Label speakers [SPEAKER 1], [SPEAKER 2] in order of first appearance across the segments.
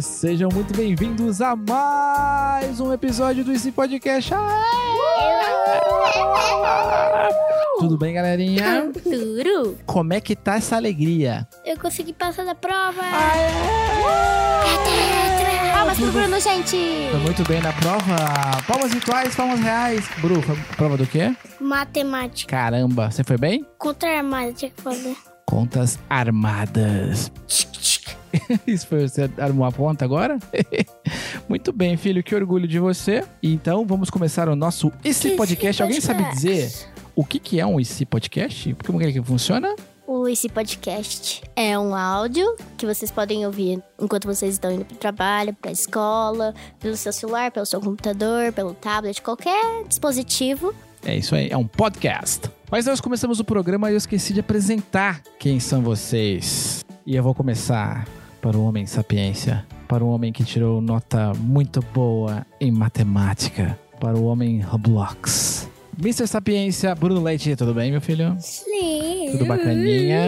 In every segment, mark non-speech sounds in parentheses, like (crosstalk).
[SPEAKER 1] Sejam muito bem-vindos a mais um episódio do Esse Podcast. Aê! Tudo bem, galerinha?
[SPEAKER 2] Canturo.
[SPEAKER 1] Como é que tá essa alegria?
[SPEAKER 2] Eu consegui passar da prova.
[SPEAKER 3] Palmas pro Bruno, Ah, gente!
[SPEAKER 1] Foi muito bem na prova. Palmas virtuais, palmas reais. Bru, foi prova do quê?
[SPEAKER 2] Matemática.
[SPEAKER 1] Caramba, você foi bem?
[SPEAKER 2] Contra armada tinha que fazer.
[SPEAKER 1] Contas armadas. Isso foi você armou a ponta agora? (laughs) Muito bem, filho, que orgulho de você. Então vamos começar o nosso Esse
[SPEAKER 2] Que
[SPEAKER 1] Podcast.
[SPEAKER 2] esse
[SPEAKER 1] Alguém sabe
[SPEAKER 2] podcast?
[SPEAKER 1] dizer o que, que é um Esse Podcast? Como é que funciona?
[SPEAKER 3] O Esse Podcast é um áudio que vocês podem ouvir enquanto vocês estão indo pro trabalho, pra escola, pelo seu celular, pelo seu computador, pelo tablet, qualquer dispositivo.
[SPEAKER 1] É isso aí, é um podcast. Mas nós começamos o programa e eu esqueci de apresentar quem são vocês. E eu vou começar para o homem sapiência, para o homem que tirou nota muito boa em matemática, para o homem Roblox. Mr. Sapiência, Bruno Leite, tudo bem, meu filho?
[SPEAKER 2] Sim.
[SPEAKER 1] Tudo bacaninha?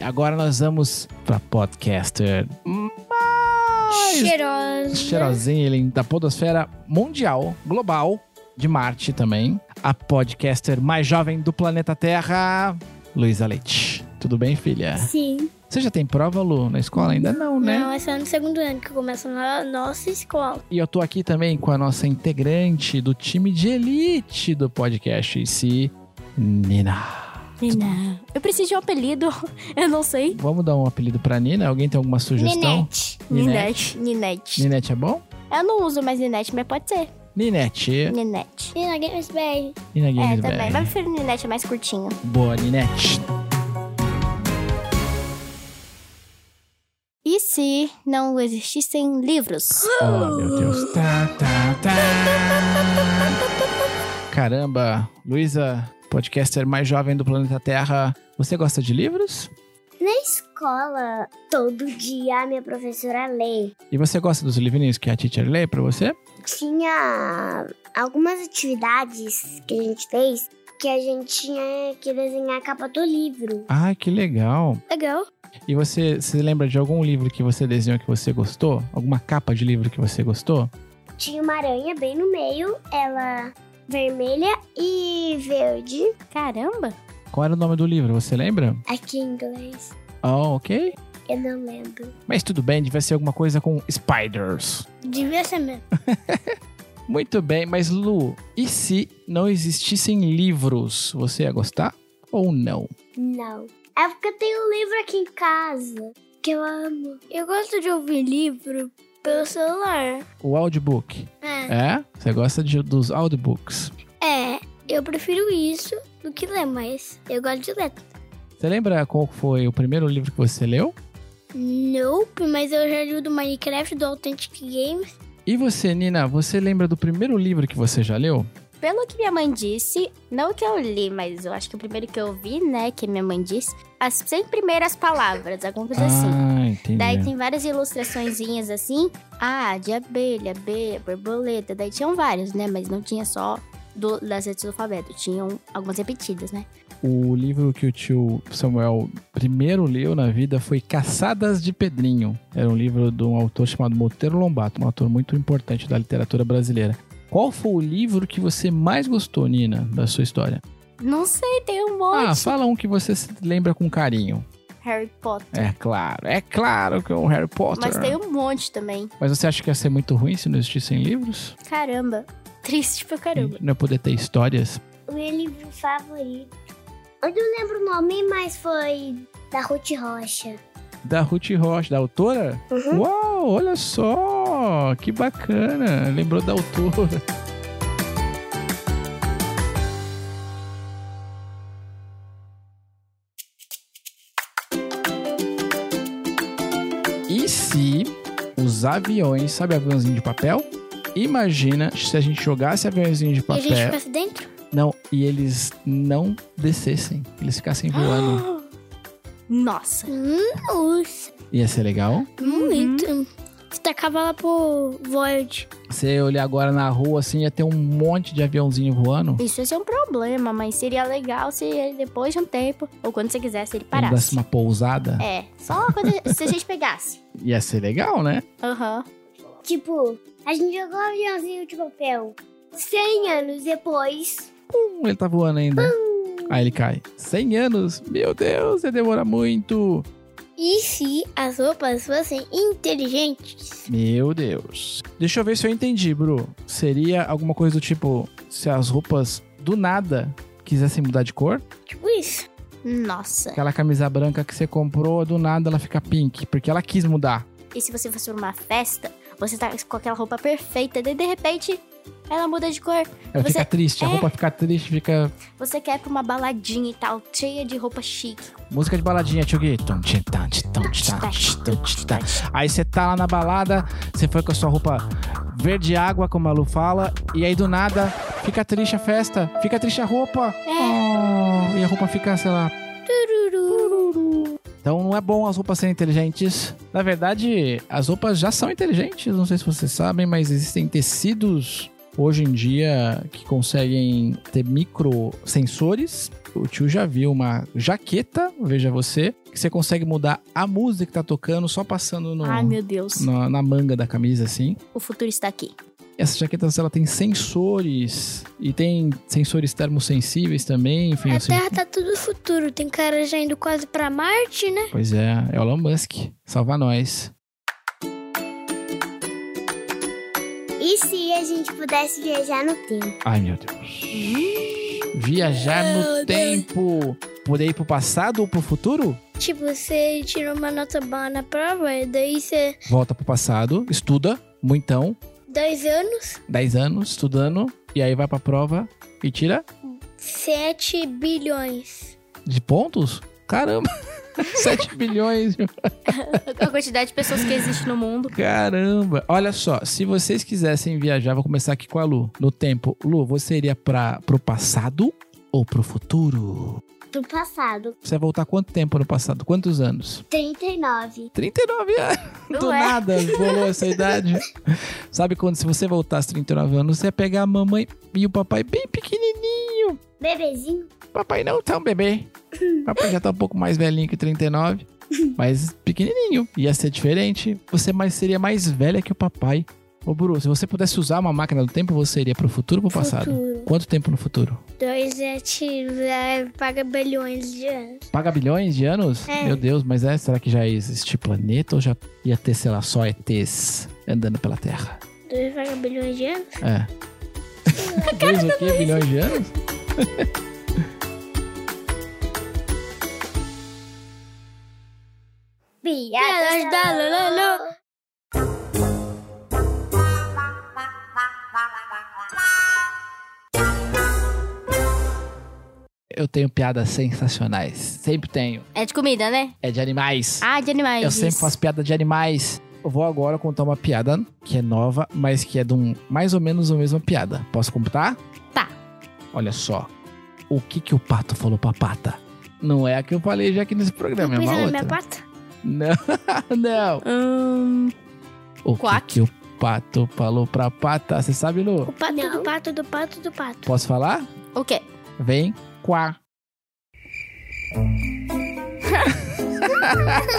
[SPEAKER 1] Agora nós vamos pra podcaster mais
[SPEAKER 2] Cheirosa.
[SPEAKER 1] cheirosinha ele da podosfera mundial, global, de Marte também. A podcaster mais jovem do planeta Terra, Luísa Leite. Tudo bem, filha?
[SPEAKER 2] Sim.
[SPEAKER 1] Você já tem prova, Lu, na escola? Ainda não, né?
[SPEAKER 2] Não, essa é no segundo ano que começa na nossa escola.
[SPEAKER 1] E eu tô aqui também com a nossa integrante do time de elite do podcast em si, Nina.
[SPEAKER 3] Nina, eu preciso de um apelido, (laughs) eu não sei.
[SPEAKER 1] Vamos dar um apelido pra Nina? Alguém tem alguma sugestão?
[SPEAKER 2] Nenete.
[SPEAKER 3] Ninete. Ninete.
[SPEAKER 1] Ninete é bom?
[SPEAKER 3] Eu não uso mais Ninete, mas pode ser.
[SPEAKER 1] Ninete.
[SPEAKER 3] Ninete.
[SPEAKER 2] Nina Games BR.
[SPEAKER 1] Nina
[SPEAKER 3] É,
[SPEAKER 1] Games
[SPEAKER 3] também.
[SPEAKER 1] BR.
[SPEAKER 3] Mas eu prefiro Ninete, é mais curtinho.
[SPEAKER 1] Boa, Ninete.
[SPEAKER 3] E se não existissem livros?
[SPEAKER 1] Oh, meu Deus. Tá, tá, tá. Caramba, Luísa, podcaster mais jovem do planeta Terra, você gosta de livros?
[SPEAKER 2] Na escola, todo dia a minha professora lê.
[SPEAKER 1] E você gosta dos livrinhos que a teacher lê pra você?
[SPEAKER 2] Tinha algumas atividades que a gente fez que a gente tinha que desenhar a capa do livro.
[SPEAKER 1] Ah, que legal.
[SPEAKER 2] Legal.
[SPEAKER 1] E você se lembra de algum livro que você desenhou que você gostou? Alguma capa de livro que você gostou?
[SPEAKER 2] Tinha uma aranha bem no meio, ela vermelha e verde.
[SPEAKER 3] Caramba!
[SPEAKER 1] Qual era o nome do livro, você lembra?
[SPEAKER 2] Aqui em inglês,
[SPEAKER 1] Oh, ok.
[SPEAKER 2] eu não lembro.
[SPEAKER 1] Mas tudo bem, devia ser alguma coisa com spiders.
[SPEAKER 2] Devia ser mesmo.
[SPEAKER 1] Muito bem, mas Lu, e se não existissem livros, você ia gostar ou não?
[SPEAKER 2] Não. É porque eu tenho um livro aqui em casa que eu amo. Eu gosto de ouvir livro pelo celular.
[SPEAKER 1] O audiobook,
[SPEAKER 2] É.
[SPEAKER 1] é? Você gosta de- dos audiobooks.
[SPEAKER 2] É, eu prefiro isso do que ler, mas eu gosto de ler.
[SPEAKER 1] Você lembra qual foi o primeiro livro que você leu?
[SPEAKER 2] Nope, mas eu já li o do Minecraft, do Authentic Games.
[SPEAKER 1] E você, Nina, você lembra do primeiro livro que você já leu?
[SPEAKER 3] Pelo que minha mãe disse, não que eu li, mas eu acho que o primeiro que eu vi, né, que minha mãe disse, as 100 primeiras palavras, alguma coisa assim.
[SPEAKER 1] Ah, entendi.
[SPEAKER 3] Daí tem várias ilustraçõezinhas assim, ah, de abelha, abelha, borboleta, daí tinham vários, né, mas não tinha só do- das letras do alfabeto, tinham algumas repetidas, né.
[SPEAKER 1] O livro que o tio Samuel primeiro leu na vida foi Caçadas de Pedrinho. Era um livro de um autor chamado Monteiro Lobato, um autor muito importante da literatura brasileira. Qual foi o livro que você mais gostou, Nina, da sua história?
[SPEAKER 3] Não sei, tem um
[SPEAKER 1] Ah,
[SPEAKER 3] monte.
[SPEAKER 1] fala um que você se lembra com carinho.
[SPEAKER 3] Harry Potter.
[SPEAKER 1] É claro, é claro que é o Harry Potter.
[SPEAKER 3] Mas tem um monte também.
[SPEAKER 1] Mas você acha que ia ser muito ruim se não existissem livros?
[SPEAKER 3] Caramba. Triste pra caramba.
[SPEAKER 1] Não ia poder ter histórias?
[SPEAKER 2] O meu livro favorito. Eu não lembro o nome, mas foi da Ruth Rocha.
[SPEAKER 1] Da Ruth Rocha, da autora?
[SPEAKER 2] Uhum.
[SPEAKER 1] Uau, olha só! Que bacana! Lembrou da autora. E se os aviões, sabe aviãozinho de papel? Imagina se a gente jogasse aviãozinho de
[SPEAKER 2] E a gente
[SPEAKER 1] papel.
[SPEAKER 2] ficasse dentro?
[SPEAKER 1] Não, e eles não descessem. Eles ficassem voando.
[SPEAKER 2] (gasps)
[SPEAKER 3] Nossa.
[SPEAKER 2] Nossa,
[SPEAKER 1] Ia ser legal.
[SPEAKER 2] muito. Se tacava lá pro Void.
[SPEAKER 1] Você olhar agora na rua assim, ia ter um monte de aviãozinho voando.
[SPEAKER 3] Isso ia ser um problema, mas seria legal se ele, depois de um tempo, ou quando você quisesse, ele
[SPEAKER 1] Quando desse
[SPEAKER 3] parasse.
[SPEAKER 1] uma pousada.
[SPEAKER 3] É, só quando, (laughs) se a gente pegasse.
[SPEAKER 1] Ia ser legal, né?
[SPEAKER 3] Aham.
[SPEAKER 2] Tipo, a gente jogou o aviãozinho de papel. 100 anos depois.
[SPEAKER 1] Hum, ele tá voando ainda. Aí ele cai. 100 anos? Meu Deus, ia demorar muito.
[SPEAKER 2] E se as roupas fossem inteligentes?
[SPEAKER 1] Meu Deus. Deixa eu ver se eu entendi, Bru. Seria alguma coisa do tipo: se as roupas do nada quisessem mudar de cor?
[SPEAKER 2] Tipo isso.
[SPEAKER 3] Nossa.
[SPEAKER 1] Aquela camisa branca que você comprou, do nada ela fica pink, porque ela quis mudar.
[SPEAKER 3] E se você fosse pra uma festa, você tá com aquela roupa perfeita, daí de repente ela muda de cor.
[SPEAKER 1] Ela
[SPEAKER 3] Você-
[SPEAKER 1] fica triste, a
[SPEAKER 3] é.
[SPEAKER 1] roupa fica triste, fica.
[SPEAKER 3] Você quer ir pra uma baladinha e tal, cheia de roupa chique.
[SPEAKER 1] Música de baladinha, tio Gui. Tum, tchim, tá, tchim, tum, tchim, tá, tchim, tum, tchim, tá. Aí você tá lá na balada, você foi com a sua roupa verde água, como a Lu fala, e aí do nada fica triste a festa, fica triste a roupa. Oh, e a roupa fica, sei lá, Então não é bom as roupas serem inteligentes. Na verdade, as roupas já são inteligentes, não sei se vocês sabem, mas existem tecidos hoje em dia que conseguem ter microsensores. O tio já viu uma jaqueta, veja você, que você consegue mudar a música que tá tocando só passando no-
[SPEAKER 3] Ai, meu Deus.
[SPEAKER 1] na- na manga da camisa, assim.
[SPEAKER 3] O futuro está aqui.
[SPEAKER 1] Essas jaquetas ela tem sensores e tem sensores termossensíveis também, enfim,
[SPEAKER 2] A
[SPEAKER 1] assim.
[SPEAKER 2] Terra tá tudo futuro. Tem cara já indo quase pra Marte, né?
[SPEAKER 1] Pois é, é o Elon Musk, salva nós.
[SPEAKER 2] E se a gente pudesse viajar no tempo?
[SPEAKER 1] Ai meu Deus. Viajar no tempo. Poder ir pro passado ou pro futuro?
[SPEAKER 2] Tipo, você tirou uma nota boa na prova e daí você...
[SPEAKER 1] Volta pro passado, estuda, muitão,
[SPEAKER 2] Dois anos?
[SPEAKER 1] 10 anos estudando, e aí vai pra prova e tira
[SPEAKER 2] Sete bilhões.
[SPEAKER 1] de pontos? Caramba! (laughs) 7 bilhões, meu.
[SPEAKER 3] (laughs) A quantidade de pessoas que existe no mundo.
[SPEAKER 1] caramba! Olha só, se vocês quisessem viajar, vou começar aqui com a Lu. No tempo, Lu, você iria pra, pro passado ou pro futuro?
[SPEAKER 2] Do passado.
[SPEAKER 1] Você vai voltar quanto tempo no passado? Quantos anos?
[SPEAKER 2] 39.
[SPEAKER 1] 39 anos. Do
[SPEAKER 3] Ué.
[SPEAKER 1] nada bolou essa idade. Sabe quando, se você voltar aos 39 anos, você ia pegar a mamãe e o papai bem pequenininho.
[SPEAKER 2] Bebezinho?
[SPEAKER 1] Papai não tá um
[SPEAKER 2] (laughs)
[SPEAKER 1] bebê. Papai já tá um pouco mais velhinho que 39. Mas pequenininho. Ia ser diferente. Você mais, seria mais velha que o papai. Ô, Bru, se você pudesse usar uma máquina do tempo, você iria pro futuro ou pro passado?
[SPEAKER 2] Futuro.
[SPEAKER 1] Quanto tempo no futuro?
[SPEAKER 2] Dois é tiro, paga bilhões de anos.
[SPEAKER 1] Paga bilhões de anos?
[SPEAKER 2] É.
[SPEAKER 1] Meu Deus, mas é, será que já existe planeta ou já ia ter, sei lá, só ETs andando pela Terra?
[SPEAKER 2] Dois paga bilhões de anos? (laughs)
[SPEAKER 1] É. Dois o quê? Bilhões de anos?
[SPEAKER 2] Piadas da Lolo.
[SPEAKER 1] Eu tenho piadas sensacionais. Sempre tenho.
[SPEAKER 3] É de comida, né?
[SPEAKER 1] É de animais.
[SPEAKER 3] Ah, de animais.
[SPEAKER 1] Eu sempre
[SPEAKER 3] isso.
[SPEAKER 1] faço piada de animais. Eu vou agora contar uma piada que é nova, mas que é de um mais ou menos a mesma piada. Posso computar?
[SPEAKER 3] Tá.
[SPEAKER 1] Olha só. O que que o pato falou pra pata? Não é a que eu falei já aqui nesse programa, é
[SPEAKER 2] Pisa
[SPEAKER 1] uma
[SPEAKER 2] na
[SPEAKER 1] outra.
[SPEAKER 2] minha pata?
[SPEAKER 1] (laughs) Não, não.
[SPEAKER 3] Hum,
[SPEAKER 1] O que,
[SPEAKER 3] Quack.
[SPEAKER 1] que o pato falou pra pata? Você sabe, Lu?
[SPEAKER 2] O pato
[SPEAKER 3] Não.
[SPEAKER 2] do pato do pato do pato.
[SPEAKER 1] Posso falar?
[SPEAKER 3] o quê?
[SPEAKER 1] Vem quá.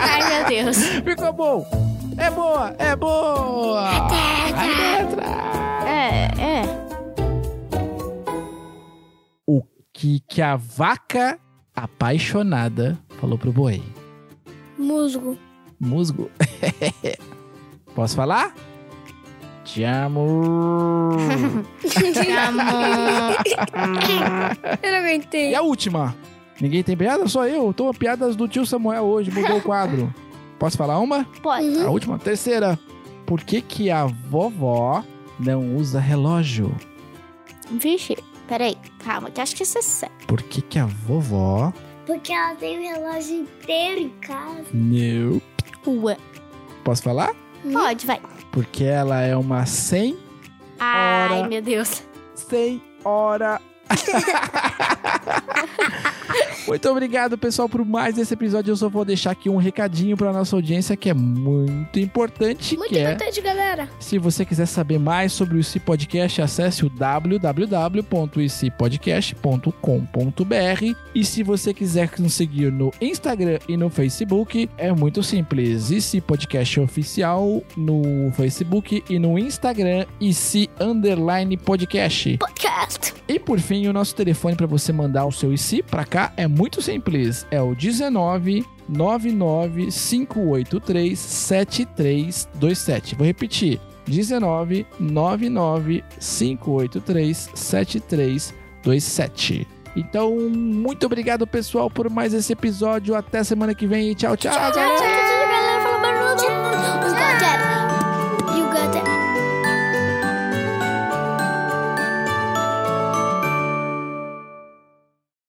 [SPEAKER 3] Ai,
[SPEAKER 1] (laughs)
[SPEAKER 3] meu Deus.
[SPEAKER 1] Ficou bom. É boa, é boa. A letra.
[SPEAKER 3] É, é.
[SPEAKER 1] O que que a vaca apaixonada falou pro boi?
[SPEAKER 2] Musgo.
[SPEAKER 1] Musgo. (laughs) Posso falar? Te amo.
[SPEAKER 2] (laughs)
[SPEAKER 3] Amor.
[SPEAKER 2] Eu não aguentei.
[SPEAKER 1] e a última? Ninguém tem piada? Só eu. Tô piadas do tio Samuel hoje. Mudou o quadro. Posso falar uma?
[SPEAKER 3] Pode.
[SPEAKER 2] Uhum.
[SPEAKER 1] A última, terceira. Por que que a vovó não usa relógio?
[SPEAKER 3] Vixe, peraí. Calma, que acho que isso é sério.
[SPEAKER 1] Por que que a vovó
[SPEAKER 2] Porque ela tem o relógio inteiro em casa.
[SPEAKER 1] não...
[SPEAKER 3] Ué.
[SPEAKER 1] Posso falar?
[SPEAKER 3] Pode, vai.
[SPEAKER 1] Porque ela é uma 100,
[SPEAKER 3] Ai,
[SPEAKER 1] Ora.
[SPEAKER 3] meu Deus.
[SPEAKER 1] 100 hora. (laughs) Muito obrigado, pessoal, por mais esse episódio. Eu só vou deixar aqui um recadinho para nossa audiência que é muito importante,
[SPEAKER 4] Muito
[SPEAKER 1] que é
[SPEAKER 4] importante, galera.
[SPEAKER 1] se você quiser saber mais sobre o IC Podcast, acesse o www.icpodcast.com.br. E se você quiser nos seguir no Instagram e no Facebook, é muito simples. IC Podcast Oficial no Facebook e no Instagram, IC Underline Podcast.
[SPEAKER 4] Podcast.
[SPEAKER 1] E por fim, o nosso telefone para você mandar o seu IC para cá é muito simples. É o 19 99 583 7327. Vou repetir. 19 99 583 7327. Então, muito obrigado, pessoal, por mais esse episódio. Até semana que vem. Tchau, tchau. galera!
[SPEAKER 2] É. Tá
[SPEAKER 4] tchau.